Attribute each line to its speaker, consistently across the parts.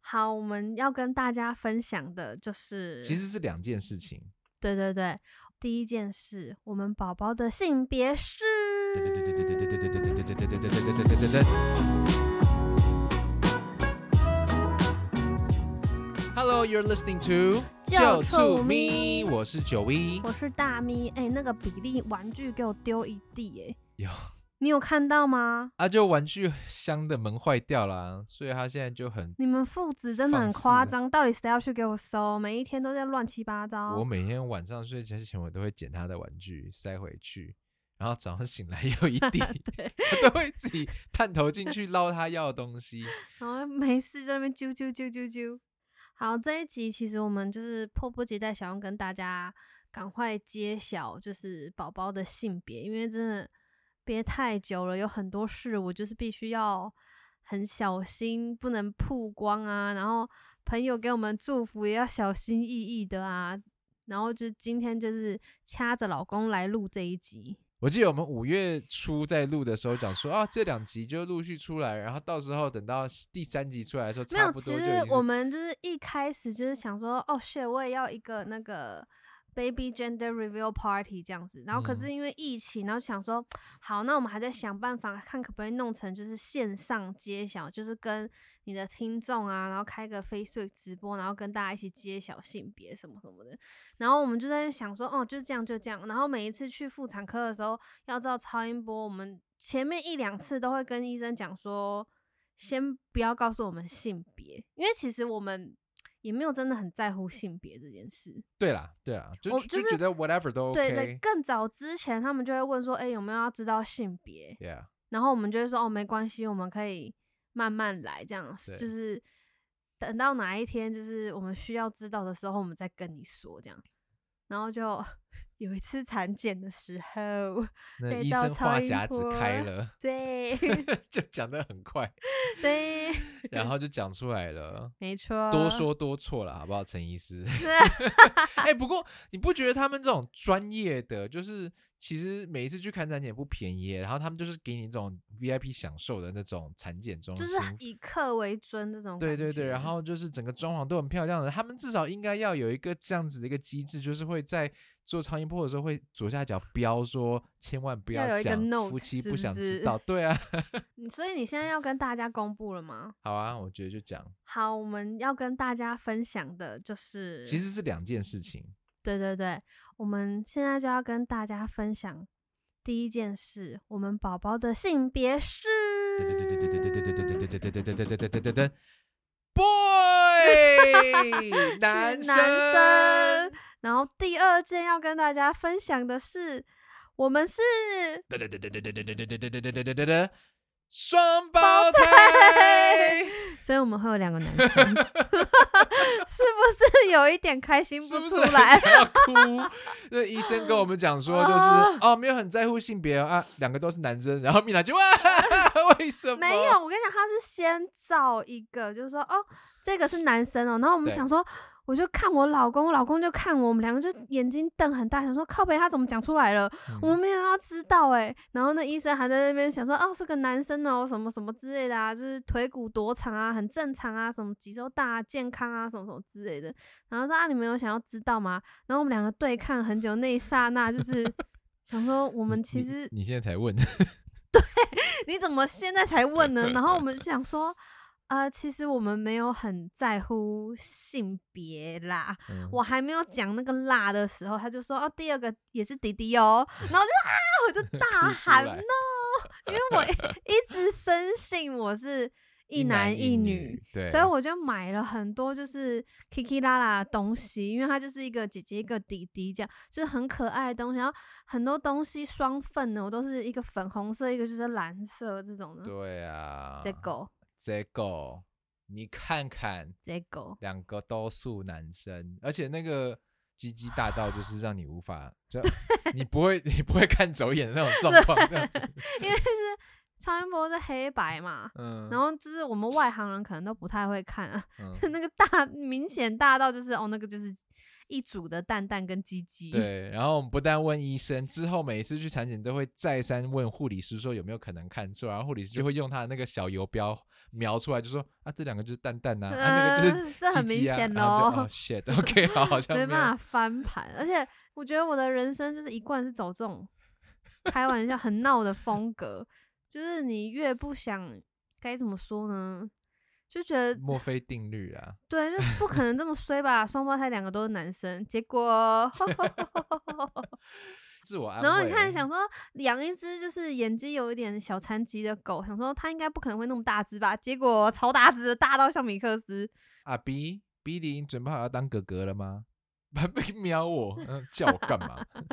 Speaker 1: 好，我们要跟大家分享的就是，
Speaker 2: 其实是两件事情。
Speaker 1: 对对对，第一件事，我们宝宝的性别是，
Speaker 2: Hello, you're listening to
Speaker 1: 就
Speaker 2: 醋
Speaker 1: 醋咪
Speaker 2: 咪，我是九一。
Speaker 1: 我是大咪，哎、那个比例玩具给我丢一地、哎，
Speaker 2: 有
Speaker 1: 你有看到吗？
Speaker 2: 啊，就玩具箱的门坏掉啦，所以他现在就很，
Speaker 1: 你们父子真的
Speaker 2: 放
Speaker 1: 很
Speaker 2: 肆
Speaker 1: 夸张，到底谁要去给我收？每一天都在乱七八糟。
Speaker 2: 我每天晚上睡觉之前我都会捡他的玩具塞回去，然后早上醒来又一地，
Speaker 1: 对，
Speaker 2: 我都会自己探头进去捞他要的东西。
Speaker 1: 然后没事在那边啾啾啾啾啾。好，这一集其实我们就是迫不及待想要跟大家赶快揭晓，就是宝宝的性别，因为真的憋太久了，有很多事我就是必须要很小心，不能曝光啊。然后朋友给我们祝福也要小心翼翼的啊。然后就今天就是掐着老公来录这一集，
Speaker 2: 我记得我们五月初在录的时候讲说啊，这两集就陆续出来，然后到时候等到第三集出来的时候，
Speaker 1: 没
Speaker 2: 差
Speaker 1: 有，
Speaker 2: 不
Speaker 1: 其
Speaker 2: 多就已
Speaker 1: 实
Speaker 2: 经
Speaker 1: 我
Speaker 2: 是
Speaker 1: 们就是一开始就是想说，哦，shit，我也要一个那个 baby gender reveal party 这样子。然后可是因为疫情，然后想说，好，那我们还在想办法看可不可以弄成就是线上揭晓，就是跟你的听众啊，然后开个 Facebook 直播，然后跟大家一起揭晓性别什么什么的。然后我们就在想说，哦，就这样，就这样。然后每一次去妇产科的时候，要照超音波，我们前面一两次都会跟医生讲说，先不要告诉我们性别，因为其实我们也没有真的很在乎性别这件事。
Speaker 2: 对啦，对啦，就
Speaker 1: 我
Speaker 2: 就
Speaker 1: 就
Speaker 2: 就是觉得 whatever 都
Speaker 1: 对，那
Speaker 2: OK。
Speaker 1: 更早之前他们就会问说，哎，有没有要知道性别？
Speaker 2: Yeah，
Speaker 1: 然后我们就会说，哦，没关系，我们可以慢慢来，这样
Speaker 2: 对
Speaker 1: 就是等到哪一天就是我们需要知道的时候，我们再跟你说这样。然后就 有一次产检的时候，
Speaker 2: 那
Speaker 1: 被
Speaker 2: 医
Speaker 1: 照
Speaker 2: 生
Speaker 1: 超
Speaker 2: 话
Speaker 1: 音
Speaker 2: 匣子开
Speaker 1: 波
Speaker 2: 了，
Speaker 1: 对
Speaker 2: 就讲得 很快，
Speaker 1: 对，
Speaker 2: 然后就讲出来了。
Speaker 1: 没错，
Speaker 2: 多说多错了，好不好，陈医师？ 哎、不过你不觉得他们这种专业的，就是其实每一次去看产检也不便宜耶，然后他们就是给你这种 VIP 享受的那种产检 中
Speaker 1: 就
Speaker 2: 心，
Speaker 1: 是以客为尊这种感
Speaker 2: 对
Speaker 1: 觉。
Speaker 2: 对对，然后就是整个装潢都很漂亮的，他们至少应该要有一个这样子的一个机制，就是会在做超音波的时候会左下角标说，千万不
Speaker 1: 要有一个
Speaker 2: 讲
Speaker 1: note，
Speaker 2: 夫妻
Speaker 1: 是
Speaker 2: 不
Speaker 1: 不
Speaker 2: 想知
Speaker 1: 是
Speaker 2: 道，对啊，
Speaker 1: 你，所以你现在要跟大家公布了吗？
Speaker 2: 好啊，我觉得就讲，
Speaker 1: 好，我们要跟大家分享的就是，
Speaker 2: 其实是两件事情，
Speaker 1: 对对对，我们现在就要跟大家分享第一件事，我们宝宝的性别是。
Speaker 2: boy 男
Speaker 1: 是
Speaker 2: 生，
Speaker 1: 男生，然后第二件要跟大家分享的是，我们是
Speaker 2: 双胞胎。
Speaker 1: 所以我们会有两个男 生， 是不是有一点开 心
Speaker 2: 是
Speaker 1: 不
Speaker 2: 不
Speaker 1: 出
Speaker 2: 是很
Speaker 1: 来？啊
Speaker 2: 想要哭。那医生跟我们讲 说，就是哦，没有很在乎性别哦啊，两个都是男生。然后米娜就哇， 为什么？
Speaker 1: 没有，我跟你讲，他是先找一个，就是说哦，这个是男生哦，然后我们
Speaker 2: 对
Speaker 1: 想说，我就看我老公，我老公就看我，我们两个就眼睛瞪很大，想说靠北他怎么讲出来了，我
Speaker 2: 嗯，
Speaker 1: 们没有要知道哎、然后那医生还在那边想说，哦，是个男生哦，什么什么之类的啊，就是腿骨多长啊，很正常啊，什么肌肉大啊，健康啊，什么什么之类的。然后说啊，你们有想要知道吗？然后我们两个对看很久，那一刹那就是 想说，我们其实
Speaker 2: 你你现在才问，
Speaker 1: 你怎么现在才问呢？然后我们就想说，呃，其实我们没有很在乎性别啦。
Speaker 2: 嗯
Speaker 1: 我还没有讲那个辣的时候，他就说哦，第二个也是弟弟哦，然后我就啊，我 就大
Speaker 2: 哭出
Speaker 1: 喊
Speaker 2: 来
Speaker 1: no，因为我 一一直深信我是一男
Speaker 2: 男
Speaker 1: 一
Speaker 2: 女
Speaker 1: 女，，
Speaker 2: 对，
Speaker 1: 所以我就买了很多就是 Kiki 啦啦的东西，因为它就是一个姐姐一个弟弟这样，就是很可爱的东西。然后很多东西双份的，我都是一个粉红色，一个就是蓝色这种的。
Speaker 2: 对啊，
Speaker 1: 这狗
Speaker 2: 这个，你看看，
Speaker 1: 这狗，
Speaker 2: 两个都是男生，而且那个。鸡鸡大到就是让你无法， 就你不会你不会看走眼的那种状况，这样子，
Speaker 1: 因为是超音波是黑白嘛，
Speaker 2: 嗯，
Speaker 1: 然后就是我们外行人可能都不太会看啊，
Speaker 2: 嗯
Speaker 1: 那个大明显大到就是哦，那个就是一组的蛋蛋跟鸡 鸡。
Speaker 2: 对，然后我们不但问医生，之后每一次去产检都会再三问护理师说有没有可能看错，然后护理师就会用他的那个小游标描出来，就说啊这两个就是蛋蛋呐、啊，啊那个就是
Speaker 1: 嗯这很
Speaker 2: 鸡
Speaker 1: 明
Speaker 2: 鸡啊
Speaker 1: 显
Speaker 2: 然后就
Speaker 1: 咯
Speaker 2: 哦 shit，OK，、好，好像
Speaker 1: 没
Speaker 2: 有
Speaker 1: 办法翻盘。而且我觉得我的人生就是一贯是走这种开玩笑很闹的风格，就是你越不想该怎么说呢，就觉得
Speaker 2: 墨菲定律啊，
Speaker 1: 对，就不可能这 么衰吧？双胞胎两个都是男生，结果，
Speaker 2: 自我安慰。
Speaker 1: 然后你看想说养一只就是眼睛有一点小残疾的狗，想说它应该不可能会那么大只吧？结果超大只的，大到像米克斯。
Speaker 2: 阿 B B 啊你准备好要当哥哥了吗？ 还没瞄我，嗯，叫我干嘛？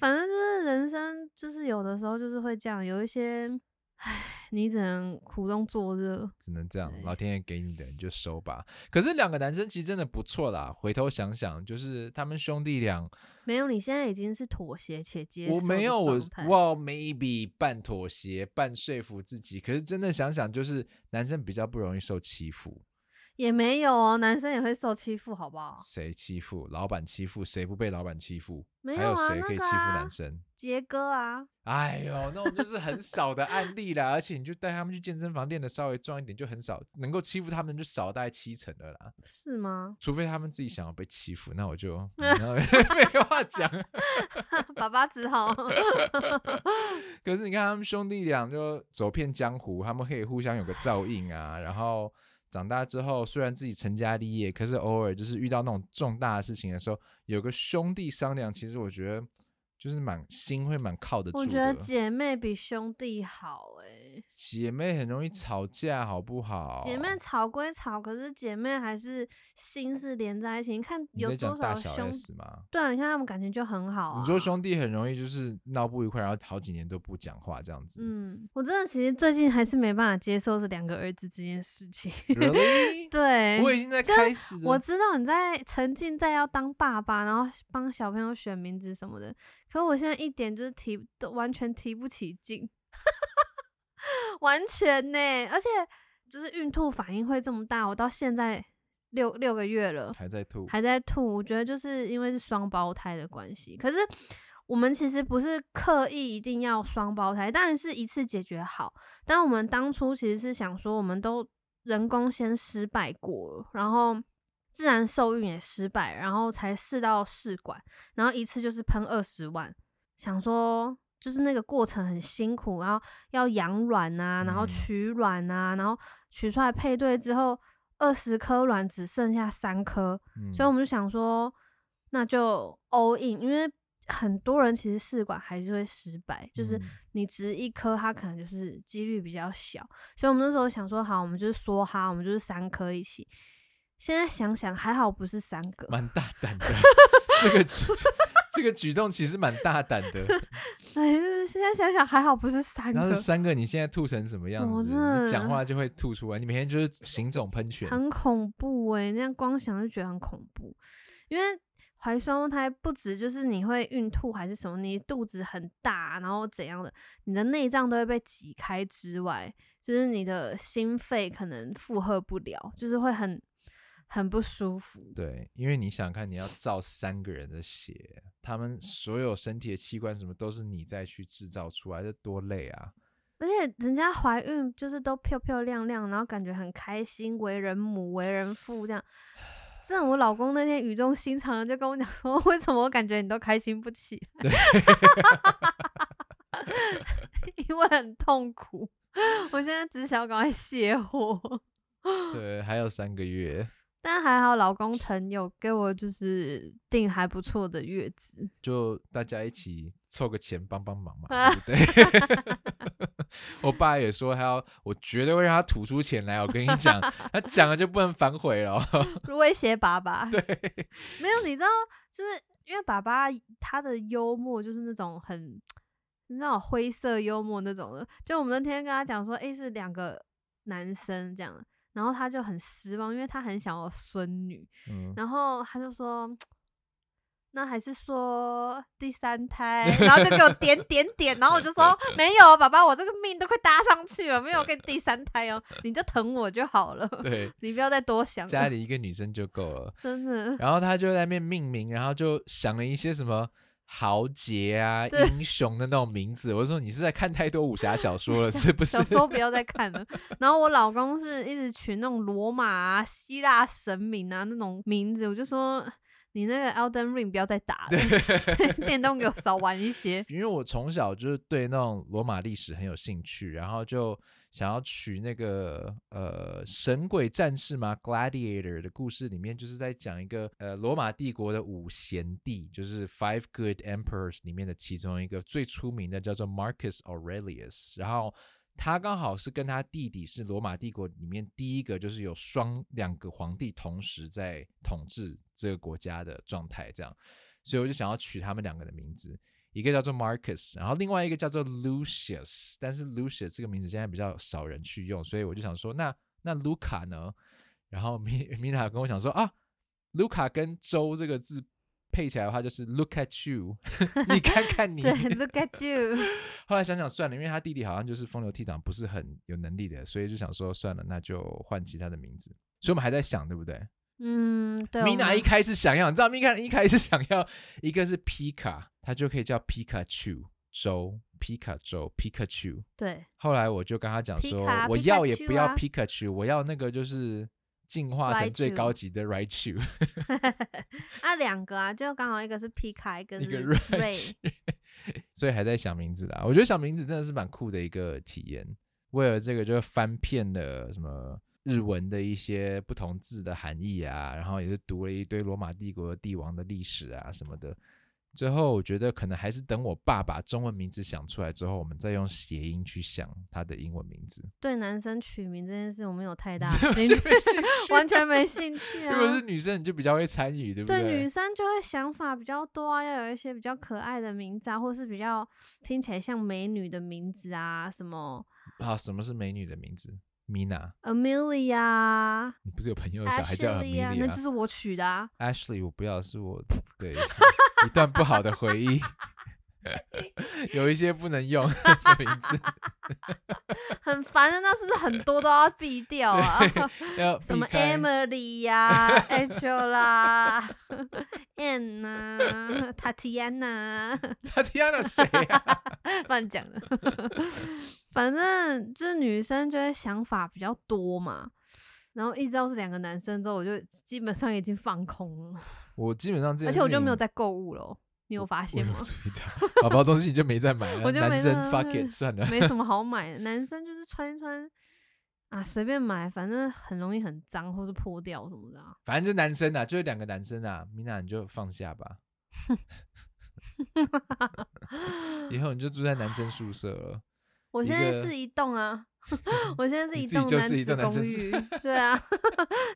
Speaker 1: 反正就是人生，就是有的时候就是会这样，有一些，唉，你只能苦中作乐。
Speaker 2: 只能这样，
Speaker 1: 对
Speaker 2: 老天爷给你的你就收吧。可是两个男生其实真的不错啦，回头想想，就是他们兄弟俩，
Speaker 1: 没有，你现在已经是妥协且接受
Speaker 2: 我
Speaker 1: 的
Speaker 2: 没有我
Speaker 1: 状态
Speaker 2: 哇，maybe 半妥协半说服自己，可是真的想想，就是男生比较不容易受欺负，
Speaker 1: 也没有哦，男生也会受欺负，好不好？
Speaker 2: 谁欺负老板欺负谁不被老板欺负，
Speaker 1: 没
Speaker 2: 还
Speaker 1: 有啊
Speaker 2: 谁可以
Speaker 1: 那
Speaker 2: 欺
Speaker 1: 个
Speaker 2: 负
Speaker 1: 啊
Speaker 2: 男生？
Speaker 1: 杰哥啊，
Speaker 2: 哎呦，那种就是很少的案例啦，而且你就带他们去健身房练的稍微壮一点，就很少能够欺负他们，就少大概七成的啦。？
Speaker 1: 是吗
Speaker 2: 除非他们自己想要被欺负，那我 就嗯然后没话讲。
Speaker 1: 爸爸只 好
Speaker 2: 可是你看他们兄弟俩就走遍江湖，他们可以互相有个照应啊。然后长大之后，虽然自己成家立业，可是偶尔就是遇到那种重大的事情的时候，有个兄弟商量，其实我觉得就是蛮心会蛮靠得住
Speaker 1: 我
Speaker 2: 的。
Speaker 1: 觉得姐妹比兄弟好哎、
Speaker 2: 姐妹很容易吵架，好不好？
Speaker 1: 姐妹吵归吵，可是姐妹还是心是连在一起。你看
Speaker 2: 你
Speaker 1: 有
Speaker 2: 在讲
Speaker 1: 多
Speaker 2: 大
Speaker 1: 少
Speaker 2: 小
Speaker 1: 兄
Speaker 2: S 吗？
Speaker 1: 对啊，你看他们感情就很好啊。
Speaker 2: 你说兄弟很容易就是闹不愉快，然后好几年都不讲话这样子。
Speaker 1: 嗯，我真的其实最近还是没办法接受这两个儿子这件事情。
Speaker 2: Really？
Speaker 1: 对，
Speaker 2: 我已经在
Speaker 1: 就
Speaker 2: 开始了。
Speaker 1: 我知道你在沉浸在要当爸爸，然后帮小朋友选名字什么的，可我现在一点就是提都完全提不起劲， 完全呢、而且就是孕吐反应会这么大，我到现在六六个月了，
Speaker 2: 还在吐，
Speaker 1: 还在吐，我觉得就是因为是双胞胎的关系。可是我们其实不是刻意一定要双胞胎，当然是一次解决好。但我们当初其实是想说，我们都人工先失败过了，然后自然受孕也失败，然后才试到试管，然后一次就是喷二十万，想说。就是那个过程很辛苦，然后要养卵啊，然后
Speaker 2: 嗯
Speaker 1: 取卵啊，然后取出来配对之后，二十颗卵只剩下三颗，
Speaker 2: 嗯
Speaker 1: 所以我们就想说，那就 all in，因为很多人其实试管还是会失败，就是
Speaker 2: 嗯
Speaker 1: 你植一颗，它可能就是几率比较小，所以我们那时候想说，好，我们就是说哈，我们就是三颗一起。现在想想，还好不是三个，
Speaker 2: 蛮大胆的，这个举这个举动其实蛮大胆的。
Speaker 1: 对，就是 现在想想还好不是三
Speaker 2: 然后
Speaker 1: 个
Speaker 2: 这，三个你现在吐成什么样
Speaker 1: 我
Speaker 2: 子？
Speaker 1: 真
Speaker 2: 你讲
Speaker 1: 的
Speaker 2: 话就会吐出来，你每天就是行走喷泉。
Speaker 1: 很恐怖诶、那样光想就觉得很恐怖，因为怀双胞胎不止就是你会孕吐还是什么，你肚子很大，然后怎样的，你的内脏都会被挤开之外，就是你的心肺可能负荷不了，就是会很很不舒服。
Speaker 2: 对，因为你想看，你要造三个人的血，他们所有身体的器官什么都是你再去制造出来，这多 累啊！
Speaker 1: 而且人家怀孕就是都漂漂亮亮，然后感觉很开心，为人母、为人父这样。这种我老公那天语重心长的就跟我讲说， 为什么我感觉你都开心不起来？ 因为很痛苦，我现在只想赶快卸货。
Speaker 2: 对，还有三个月，
Speaker 1: 但还好老公疼有给我就是定还不错的月子，
Speaker 2: 就大家一起凑个钱帮帮忙嘛，
Speaker 1: 啊
Speaker 2: 对不对？ 我爸也说他要，我绝对会让他吐出钱来。我跟你讲，他讲了就不能反悔了。
Speaker 1: 威胁爸爸。对，没有，你知道，就是因为爸爸他的幽默就是那种很，你知道灰色幽默那种的。就我们那天跟他讲说，诶、是两个男生这样，然后他就很失望，因为他很想要孙女，
Speaker 2: 嗯，
Speaker 1: 然后他就说。那还是说第三胎，然后就 给我点点点，然后我就说没有，爸爸，我这个命都快搭上去了，没有给你第三胎哦，你就疼我就好了，
Speaker 2: 对，
Speaker 1: 你不要再多想
Speaker 2: 家
Speaker 1: 了，
Speaker 2: 里一个女生就够了。
Speaker 1: 真的，
Speaker 2: 然后他就在那边命名，然后就想了一些什么豪杰啊、
Speaker 1: 对
Speaker 2: 英雄的那种名字。我就说你是在看太多武侠小 说了，是不是
Speaker 1: 小？时候不要再看了。然后我老公是一直取那种罗马啊、希腊神明啊那种名字，我就说你那个 Elden Ring 不要再打了， 电动给我少玩一些。
Speaker 2: 因为我从小就是对那种罗马历史很有兴趣，然后就想要取那个呃神鬼战士嘛，Gladiator 的故事里面，就是在讲一个呃罗马帝国的五贤帝，就是 Five Good Emperors 里面的其中一个最出名的叫做 Marcus Aurelius，然后。他刚好是跟他弟弟是罗马帝国里面第一个，就是有双两个皇帝同时在统治这个国家的状态，这样，所以我就想要取他们两个的名字。一个叫做 Marcus，然后另外一个叫做 Lucius，但是 Lucius 这个名字现在比较少人去用，所以我就想说，那那 Luca 呢？然后 米米娜跟我讲说啊，Luca 跟周这个字配起来的话就是 Look at you，你 看 看 你
Speaker 1: 对。，Look at you，
Speaker 2: 后来想想算了，因为他弟弟好像就是风流倜傥，不是很有能力的，所以就想说算了，那就换其他的名字。所以我们还在想，对不对？
Speaker 1: 嗯，对，
Speaker 2: 米
Speaker 1: 我
Speaker 2: 娜
Speaker 1: 们
Speaker 2: 一开始想要，你知道米娜一开始想要一个是皮卡，它就可以叫皮卡丘州，皮卡州皮卡丘。
Speaker 1: 对
Speaker 2: 后来我就跟他讲说
Speaker 1: 皮卡，
Speaker 2: 我要
Speaker 1: 皮
Speaker 2: 也
Speaker 1: 卡丘
Speaker 2: 不要
Speaker 1: 啊
Speaker 2: 皮卡丘，我要那个就是进化成最
Speaker 1: Raichu
Speaker 2: 高级的 Raichu，
Speaker 1: 啊，两个啊，就刚好一个是 P 卡，一个
Speaker 2: 一
Speaker 1: 是
Speaker 2: 个
Speaker 1: Ray，
Speaker 2: Raichu。所以还在想名字啦，我觉得想名字真的是蛮酷的一个体验。为了这个，就翻遍了什么日文的一些不同字的含义啊，然后也是读了一堆罗马帝国帝王的历史啊什么的。最后，我觉得可能还是等我爸把中文名字想出来之后，我们再用谐音去想他的英文名字。
Speaker 1: 对男生取名这件事，我没有 太大
Speaker 2: 完
Speaker 1: 兴
Speaker 2: 全
Speaker 1: 趣，
Speaker 2: 没兴趣
Speaker 1: 完全没兴趣
Speaker 2: 如果
Speaker 1: 啊
Speaker 2: 是。女生，你就比较会参与，对不
Speaker 1: 对
Speaker 2: 对？
Speaker 1: 女生就会想法比较多啊，要有一些比较可爱的名字啊，或是比较听起来像美女的名字啊，什么
Speaker 2: 啊，什么是美女的名字？Mina，
Speaker 1: Amelia、啊
Speaker 2: 你不是有朋友的小孩叫
Speaker 1: Ashley 啊，那就
Speaker 2: Amelia？Ashley，、
Speaker 1: 是我取的啊。
Speaker 2: 我不要，是我对一段不好的回忆，有一些不能用的名字，
Speaker 1: 很烦的，那是不是很多都要避掉啊？
Speaker 2: 要
Speaker 1: 什么
Speaker 2: 避开
Speaker 1: Emily 呀、Angela、Anne 呐、Tatiana，
Speaker 2: Tatiana 谁啊？
Speaker 1: 乱讲的。 反正就是女生就会想法比较多嘛，然后一知道是两个男生之后，我就基本上已经放空了，
Speaker 2: 我基本上这件
Speaker 1: 而且我
Speaker 2: 事
Speaker 1: 就没有
Speaker 2: 情
Speaker 1: 在购物了哦。你有发
Speaker 2: 我
Speaker 1: 现
Speaker 2: 有
Speaker 1: 吗？
Speaker 2: 注意到，宝宝东西你就没再买了，
Speaker 1: 我就
Speaker 2: 男
Speaker 1: 没
Speaker 2: 生
Speaker 1: 再
Speaker 2: fuck it 算了。
Speaker 1: 没什么好买的，男生就是穿一穿啊，随便买，反正很容易很脏或是破掉什么的、啊。
Speaker 2: 反正就男生啊，就是两个男生啊，Mina 你就放 下吧。以后你就住在男生宿舍了。
Speaker 1: 我
Speaker 2: 一
Speaker 1: 现在
Speaker 2: 个
Speaker 1: 是一栋啊， 我现在是
Speaker 2: 你
Speaker 1: 一
Speaker 2: 自己
Speaker 1: 栋
Speaker 2: 就
Speaker 1: 男
Speaker 2: 是一
Speaker 1: 子
Speaker 2: 栋
Speaker 1: 公
Speaker 2: 男生
Speaker 1: 寓，对啊。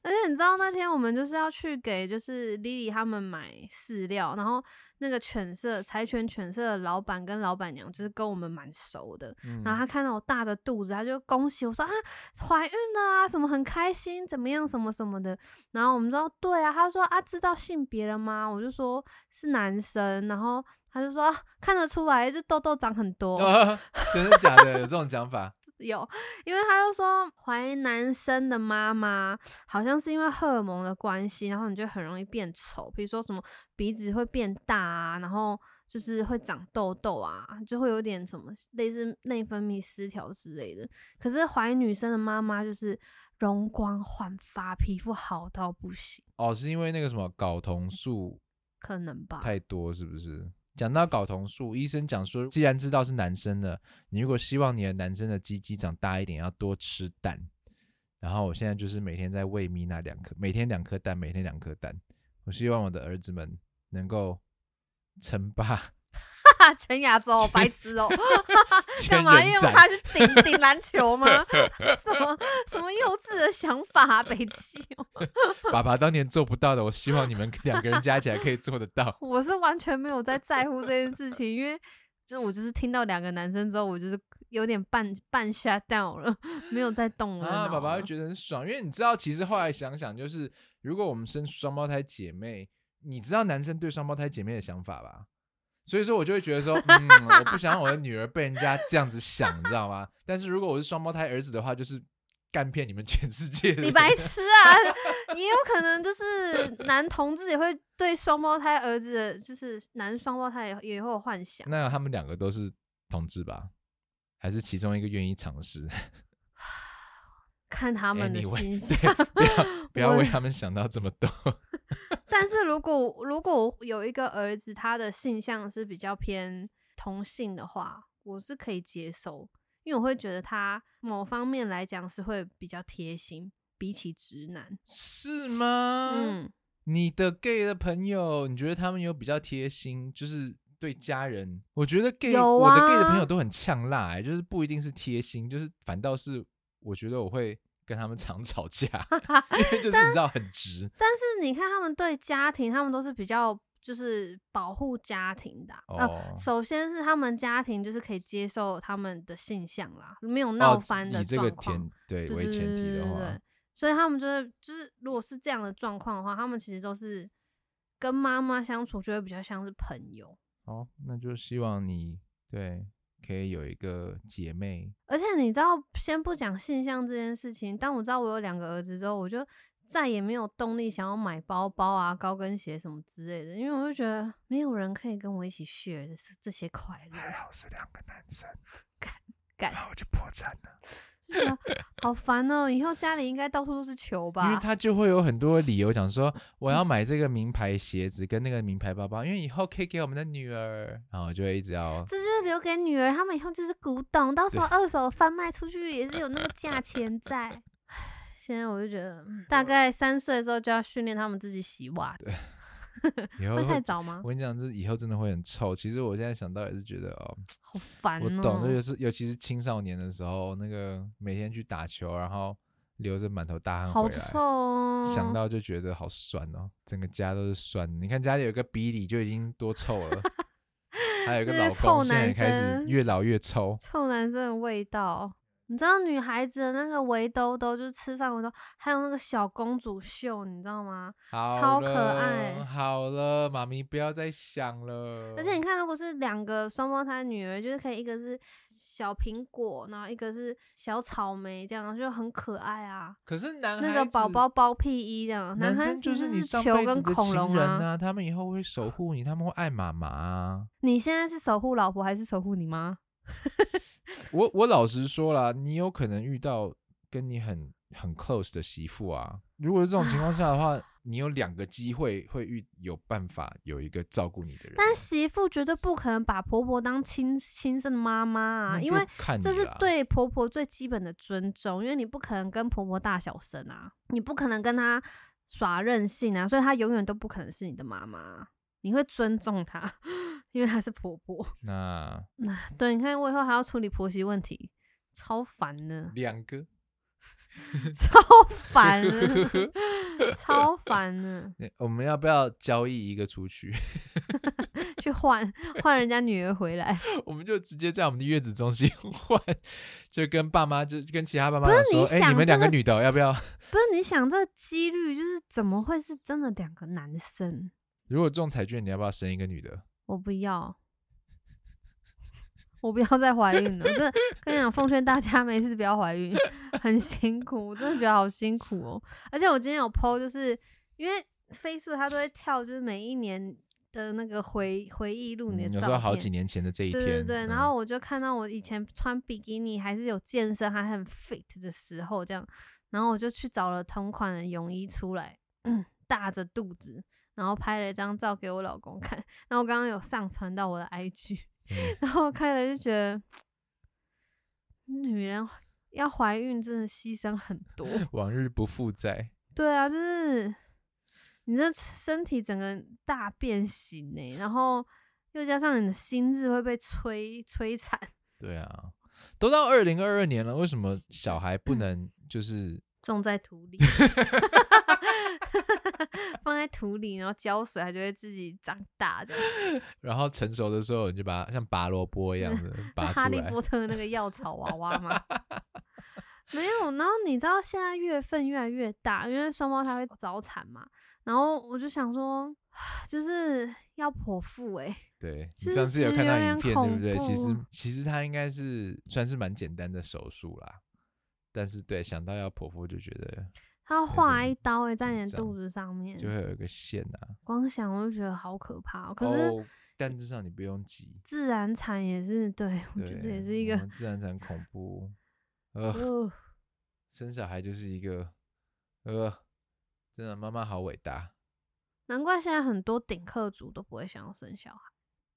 Speaker 1: 而且你知道那天我们就是要去给就是 Lily 他们买饲料，然后那个犬舍柴犬犬舍的老板跟老板娘就是跟我们蛮熟的，
Speaker 2: 嗯
Speaker 1: 然后他看到我大着肚子，他就恭喜我说啊，怀孕了啊，什么很开心，怎么样，什么什么的。然后我们说对啊，他说啊，知道性别了吗？我就说是男生，然后他就说、啊、看得出来，这痘痘长很多。
Speaker 2: 啊，真的假的？有这种讲法？
Speaker 1: 有，因为他就说怀男生的妈妈好像是因为荷尔蒙的关系，然后你就很容易变丑，比如说什么鼻子会变大啊，然后就是会长痘痘啊，就会有点什么类似内分泌失调之类的。可是怀女生的妈妈就是容光焕发，皮肤好到不行，
Speaker 2: 哦，是因为那个什么睾酮素
Speaker 1: 可能吧？
Speaker 2: 太多，是不是？讲到睾酮素，医生讲说，既然知道是男生了，你如果希望你的男生的鸡鸡长大一点，要多吃蛋。然后我现在就是每天在喂米娜两颗，每天两颗蛋，每天两颗蛋。我希望我的儿子们能够称霸
Speaker 1: 全亚洲白痴哦、
Speaker 2: 千
Speaker 1: 干嘛
Speaker 2: 人
Speaker 1: 用
Speaker 2: 斩。
Speaker 1: 它去顶顶篮球吗？什么什么幼稚的想法啊，北汽哦！。
Speaker 2: 爸爸当年做不到的，我希望你们两个人加起来可以做得到
Speaker 1: 我是完全没有在在乎这件事情，因 为就我就是听到两个男生之后，我就是有点半半 shut down 了，没有在动我的
Speaker 2: 啊，
Speaker 1: 脑
Speaker 2: 爸爸
Speaker 1: 了
Speaker 2: 会觉得很爽，因为你知道，其实后来想想，就是如果我们生双胞胎姐妹，你知道男生对双胞胎姐妹的想法吧？所以说我就会觉得说，嗯，我不想让我的女儿被人家这样子想，你知道吗？但是如果我是双胞胎儿子的话，就是干遍你们全世界的人。
Speaker 1: 你 白痴啊！也有可能就是男同志也会对双胞胎儿子的，就是男双胞胎也也会有幻想。
Speaker 2: 那他们两个都是同志吧？还是其中一个愿意尝试？
Speaker 1: 看他们的
Speaker 2: Anyway，
Speaker 1: 心
Speaker 2: 对
Speaker 1: 想。
Speaker 2: 不要不要
Speaker 1: 我
Speaker 2: 为他们想到这么多。
Speaker 1: 但是如果如果我有一个儿子，他的性向是比较偏同性的话，我是可以接受，因为我会觉得他某方面来讲是会比较贴心，比起直男。
Speaker 2: 是吗？
Speaker 1: 嗯，
Speaker 2: 你的 gay 的朋友，你觉得他们有比较贴心，就是对家人？我觉得 gay，、
Speaker 1: 有
Speaker 2: 我的
Speaker 1: 啊
Speaker 2: gay 的朋友都很呛辣、欸，就是不一定是贴心，就是反倒是我觉得我会跟他们 常吵架，因为就是你知道很 直
Speaker 1: 但是你看他们对家庭，他们都是比较就是保护家庭的啊、
Speaker 2: 哦。
Speaker 1: 呃首先是他们家庭就是可以接受他们的性向啦，没有闹
Speaker 2: 哦，
Speaker 1: 翻的
Speaker 2: 以这个
Speaker 1: 状况。
Speaker 2: 前对
Speaker 1: 对
Speaker 2: 为
Speaker 1: 对
Speaker 2: 前提
Speaker 1: 对
Speaker 2: 的
Speaker 1: 对
Speaker 2: 话
Speaker 1: 对，所以他们就是就是，如果是这样的状况的话，他们其实都是跟妈妈相处就会比较像是朋友，
Speaker 2: 好，哦那就希望你对可以有一个姐妹，
Speaker 1: 而且你知道，先不讲性向这件事情，当我知道我有两个儿子之后，我就再也没有动力想要买包包啊、高跟鞋什么之类的，因为我就觉得没有人可以跟我一起 share 这这些快乐，啊
Speaker 2: 好是两个男生，
Speaker 1: 干
Speaker 2: 我就破产了。
Speaker 1: 就觉得好烦哦、以后家里应该到处都是球
Speaker 2: 因为
Speaker 1: 吧？
Speaker 2: 他就会有很多理由讲说，我要买这个名牌鞋子跟那个名牌包包，因为以后可以给我们的女儿，然后就会一直要
Speaker 1: 这就是留给女儿，他们以后就是古董，到时候二手贩卖出去也是有那个价钱在。 唉现在我就觉得，嗯大概三岁的时候就要训练他们自己洗袜子，
Speaker 2: 以后
Speaker 1: 会太
Speaker 2: 会。
Speaker 1: 早吗？
Speaker 2: 我跟你讲，这以后真的会很臭。其实我现在想到也是觉得哦，
Speaker 1: 好烦哦、
Speaker 2: 我懂，这就是尤其是青少年的时候，那个每天去打球，然后流着满头大汗
Speaker 1: 好
Speaker 2: 回
Speaker 1: 臭
Speaker 2: 来，
Speaker 1: 哦！
Speaker 2: 想到就觉得好酸哦，整个家都是酸的。你看家里有个比利就已经多臭 了，还有一个
Speaker 1: 那
Speaker 2: 老
Speaker 1: 个
Speaker 2: 公
Speaker 1: 臭
Speaker 2: 现在也
Speaker 1: 男
Speaker 2: 开始
Speaker 1: 生
Speaker 2: 越老越臭。
Speaker 1: 臭男生的味道，你知道女孩子的那个围兜兜，就是吃饭围兜，还有那个小公主袖，你知道吗？
Speaker 2: 好
Speaker 1: 超可
Speaker 2: 了
Speaker 1: 爱
Speaker 2: 好了，妈咪不要再想了。
Speaker 1: 而且你看，如果是两个双胞胎女儿，就是可以一个是小苹果，然后一个是小草莓，这样就很可爱啊。
Speaker 2: 可是男
Speaker 1: 那
Speaker 2: 孩
Speaker 1: 个宝
Speaker 2: 子
Speaker 1: 宝包屁衣这样，
Speaker 2: 男
Speaker 1: 孩子
Speaker 2: 生就你上
Speaker 1: 球
Speaker 2: 辈子
Speaker 1: 跟
Speaker 2: 的
Speaker 1: 恐
Speaker 2: 情
Speaker 1: 龙
Speaker 2: 人
Speaker 1: 啊。
Speaker 2: 啊，他们以后会守护你，他们会爱妈妈啊。
Speaker 1: 你现在是守护老婆还是守护你妈？
Speaker 2: 我我老实说啦，你有可能遇到跟你很很 close 的媳妇啊。如果是这种情况下 的话，你有两个机会会遇有办法有一个照顾你的人啊，
Speaker 1: 但媳妇绝对不可能把婆婆当亲亲生的妈妈啊，
Speaker 2: 那
Speaker 1: 因
Speaker 2: 就
Speaker 1: 为
Speaker 2: 看
Speaker 1: 这
Speaker 2: 你
Speaker 1: 是
Speaker 2: 啦。
Speaker 1: 对婆婆最基本的尊重，因为你不可能跟婆婆大小声啊，你不可能跟她耍任性啊，所以她永远都不可能是你的妈妈，你会尊重她， 因为她是婆婆。
Speaker 2: 那，
Speaker 1: 对，你看我以后还要处理婆媳问题，超烦的
Speaker 2: 两个，
Speaker 1: 超 烦的，超烦的，
Speaker 2: 那我们要不要交易一个出去？
Speaker 1: 去换换人家女儿回来。
Speaker 2: 我们就直接在我们的月子中心 换，就跟爸妈，就跟其他爸妈
Speaker 1: 不是
Speaker 2: 讲说，
Speaker 1: 你
Speaker 2: 哎、
Speaker 1: 想
Speaker 2: 你们两个
Speaker 1: 这个
Speaker 2: 女的要不要？
Speaker 1: 不是你想这几率，就是怎么会是真的两个男生？
Speaker 2: 如果中彩券，你要不要生一个女的？
Speaker 1: 我不要，我不要再怀孕了。真的跟你讲，奉劝大家没事不要怀孕， 很辛苦，我真的觉得好辛苦哦。而且我今天有 PO，就是因为 Facebook 它都会跳，就是每一年的那个回回忆录你
Speaker 2: 嗯
Speaker 1: 的
Speaker 2: 有
Speaker 1: 照
Speaker 2: 时
Speaker 1: 片。
Speaker 2: 候好几年前的这一天，
Speaker 1: 对对对，
Speaker 2: 嗯
Speaker 1: 然后我就看到我以前穿比基尼还是有健身还很 fit 的时候，这样，然后我就去找了同款的泳衣出来，嗯，大着肚子，然后拍了一张照给我老公看， 然后我刚刚有上传到我的 IG，
Speaker 2: 嗯
Speaker 1: 然后我看了就觉得，女人要怀孕真的牺牲很多，
Speaker 2: 往日不复在，
Speaker 1: 对啊，就是你这身体整个大变形呢、然后又加上你的心智会被摧摧残。
Speaker 2: 对啊，都到二零二二年了，为什么小孩
Speaker 1: 嗯
Speaker 2: 不能就是
Speaker 1: 种在土里，放在土里，然后浇水，它就会自己长大。这样，
Speaker 2: 然后成熟的时候你就 把它像拔萝卜一样的拔
Speaker 1: 那
Speaker 2: 出
Speaker 1: 哈利
Speaker 2: 来？
Speaker 1: 波特那个药草娃娃嘛，没有，然后你知道现在月份越来越大，因为双胞胎会早产嘛，然后我就想说，就是要剖腹哎、
Speaker 2: 对，
Speaker 1: 其
Speaker 2: 你上次有
Speaker 1: 实
Speaker 2: 看
Speaker 1: 有
Speaker 2: 到
Speaker 1: 点
Speaker 2: 影片对不
Speaker 1: 恐
Speaker 2: 对？其实
Speaker 1: 怖
Speaker 2: 其实它应该是算是蛮简单的手术啦，但是对想到要剖腹就觉得
Speaker 1: 他要划一刀哎、在
Speaker 2: 紧
Speaker 1: 你的
Speaker 2: 张
Speaker 1: 肚子上面，
Speaker 2: 就会有一个线啊。
Speaker 1: 光想我就觉得好可怕、哦。可是
Speaker 2: 哦，但至少你不用急。
Speaker 1: 自然产也是，对我
Speaker 2: 对
Speaker 1: 觉，得也是一个
Speaker 2: 我，们自然产恐怖， 呃，
Speaker 1: 呃
Speaker 2: 生小孩就是一个，呃，真的妈妈好伟大。
Speaker 1: 难怪现在很多顶客族都不会想要生小孩。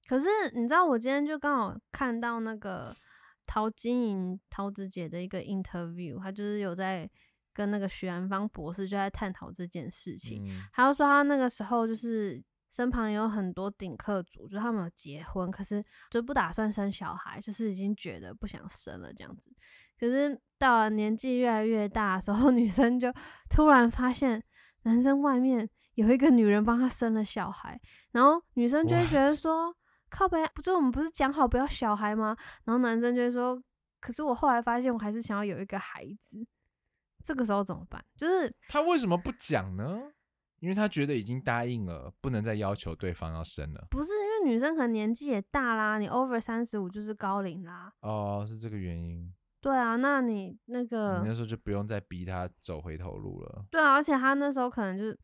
Speaker 1: 可是你知道，我今天就刚好看到那个陶晶莹桃子姐的一个 interview，她就是有在跟那个许安芳博士就在探讨这件事情。
Speaker 2: 嗯，
Speaker 1: 还有说她那个时候就是身旁有很多顶客族，就是他们有结婚，可是就不打算生小孩，就是已经觉得不想生了这样子。可是到了年纪越来越大的时候， 女生就突然发现男生外面有一个女人帮他生了小孩，然后女生就会觉得
Speaker 2: What？
Speaker 1: 说。靠北啊，不就我们不是讲好不要小孩吗？然后男生就会说，可是我后来发现我还是想要有一个孩子，这个时候怎么办？就是
Speaker 2: 他为什么不讲呢？因为他觉得已经答应了，不能再要求对方要生了。
Speaker 1: 不是因为女生可能年纪也大啦，你 over 三十五就是高龄啦。
Speaker 2: 哦，是这个原因。
Speaker 1: 对啊，那你那
Speaker 2: 你那
Speaker 1: 个
Speaker 2: 时候就不用再逼他走回头路了。
Speaker 1: 对啊，而且她那时候可能就是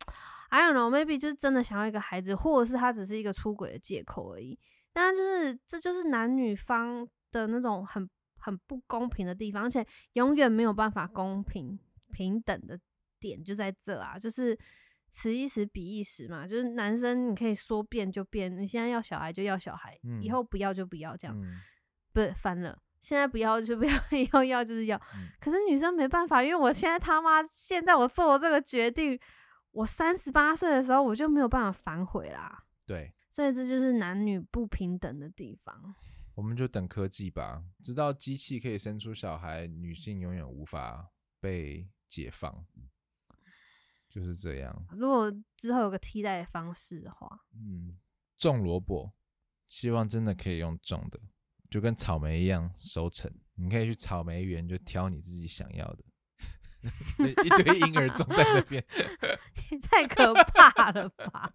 Speaker 1: I don't know maybe 就是真的想要一个孩子，或者是她只是一个出轨的借口而已。但就是这就是男女方的那种很很不公平的地方，而且永远没有办法公平平等的点就在这啊，就是。此一时彼一时嘛，就是男生你可以说变就变，你现在要小孩就要小孩，以
Speaker 2: 嗯
Speaker 1: 后不要就不要这样。
Speaker 2: 嗯，
Speaker 1: 不是翻了，现在不要就不要， 以后要就是要。
Speaker 2: 嗯
Speaker 1: 可是女生没办法，因为我现在他妈现在我做了这个决定，我三十八岁的时候我就没有办法反悔啦。
Speaker 2: 对，
Speaker 1: 所以这就是男女不平等的地方。
Speaker 2: 我们就等科技吧，直到机器可以生出小孩，女性永远无法被解放，就是这样。
Speaker 1: 如果之后有个替代的方式的话，
Speaker 2: 嗯，种萝卜，希望真的可以用种的，就跟草莓一样收成。你可以去草莓园，就挑你自己想要的。 一堆婴儿种在那边，
Speaker 1: 也太可怕了吧！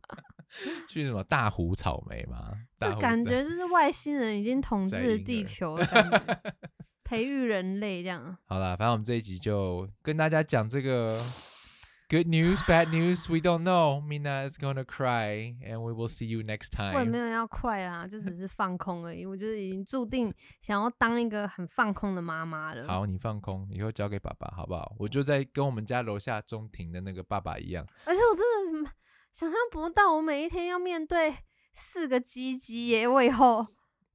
Speaker 2: 去什么大湖草莓嘛？大
Speaker 1: 这
Speaker 2: 湖
Speaker 1: 感
Speaker 2: 在
Speaker 1: 觉就是外星人已经统
Speaker 2: 在
Speaker 1: 治
Speaker 2: 婴
Speaker 1: 地
Speaker 2: 儿
Speaker 1: 球了感 觉培育人类这样。
Speaker 2: 好啦，反正我们这一集就跟大家讲这个 good news, bad news, we don't know. Mina is gonna cry, and we will see you next
Speaker 1: 我也
Speaker 2: time.
Speaker 1: 没有要快啦，就 只是放空而已。我就是已经注定想要当一个很放空的妈妈了。，
Speaker 2: 好，你放空，以后交给爸爸好不好？我就在跟我们家楼下中庭的那个爸爸一样，
Speaker 1: 而且我真的 嗯想象不到，我每一天要面对四个鸡鸡耶！我以后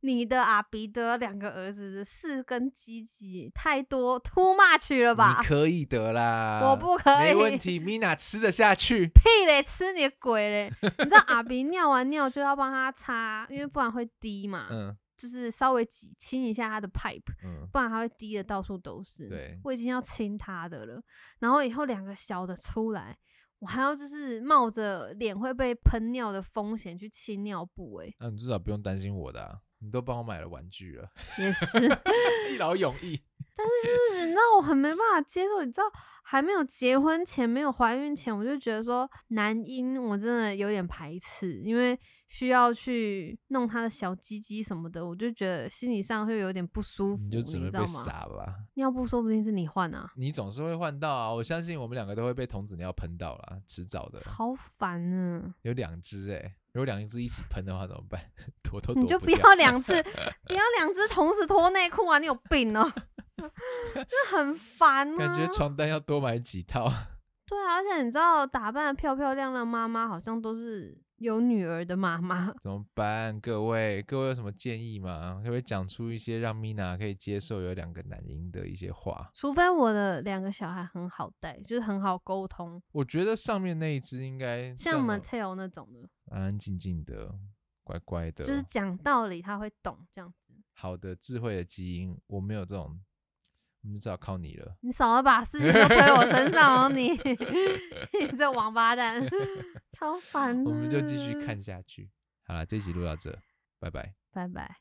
Speaker 1: 你的阿彼得两个儿子这四根鸡鸡，太多 too much 了吧
Speaker 2: 你？可以的啦，
Speaker 1: 我不可以，
Speaker 2: 没问题，Mina 吃得下去。
Speaker 1: 屁嘞，吃你的鬼 嘞！你知道阿鼻尿完尿就要帮他擦，因为不然会滴嘛，
Speaker 2: 嗯
Speaker 1: 就是稍微挤清一下他的 pipe。
Speaker 2: 嗯，
Speaker 1: 不然它会滴的到处都是。
Speaker 2: 对
Speaker 1: 我已经要亲它的了，然后以后两个小的出来，我还要就是冒着脸会被喷尿的风险去亲尿布、欸，
Speaker 2: 那、你至少不用担心我的、啊，你都帮我买了玩具了，
Speaker 1: 也 是，就
Speaker 2: 一劳永逸。
Speaker 1: 是你知道我很没办法接受，你知道还没有结婚前，没有怀孕前，我就觉得说男婴我真的有点排斥，因为需要去弄他的小鸡鸡什么的，我就觉得心理上会有点不舒服，你
Speaker 2: 你就只会
Speaker 1: 知道
Speaker 2: 被
Speaker 1: 吗？
Speaker 2: 傻吧？
Speaker 1: 尿布说不定是你换啊，
Speaker 2: 你总是会换到啊！我相信我们两个都会被童子尿喷到啦，迟早的。
Speaker 1: 超烦啊呢、
Speaker 2: 有两只哎，如果两只一起喷的话怎么办？ 躲都躲
Speaker 1: 你就
Speaker 2: 不
Speaker 1: 不要两 次，不要两只同时脱内裤啊！你有病哦、就很烦啊。
Speaker 2: 感觉床单要多买几套。
Speaker 1: 对啊，而且你知道，打扮的漂漂亮亮，妈妈好像都是有女儿的妈妈。
Speaker 2: 怎么办？各位，各位有什么建议吗？可不可以讲出一些让 Mina 可以接受有两个男婴的一些话？
Speaker 1: 除非我的两个小孩很好带，就是很好沟通，
Speaker 2: 我觉得上面那一只应该
Speaker 1: 像
Speaker 2: 我
Speaker 1: Mateo 那种的，
Speaker 2: 安安静静的、乖乖的，
Speaker 1: 就是讲道理他会懂这样子。
Speaker 2: 好的智慧的基因。我没有这种，我们就只好靠你了。
Speaker 1: 你少了把事情都推我身上哦，你 你这王八蛋， 超烦、嗯
Speaker 2: 我们就继续看，下去。好了，这一集录到这，拜拜。
Speaker 1: 拜拜。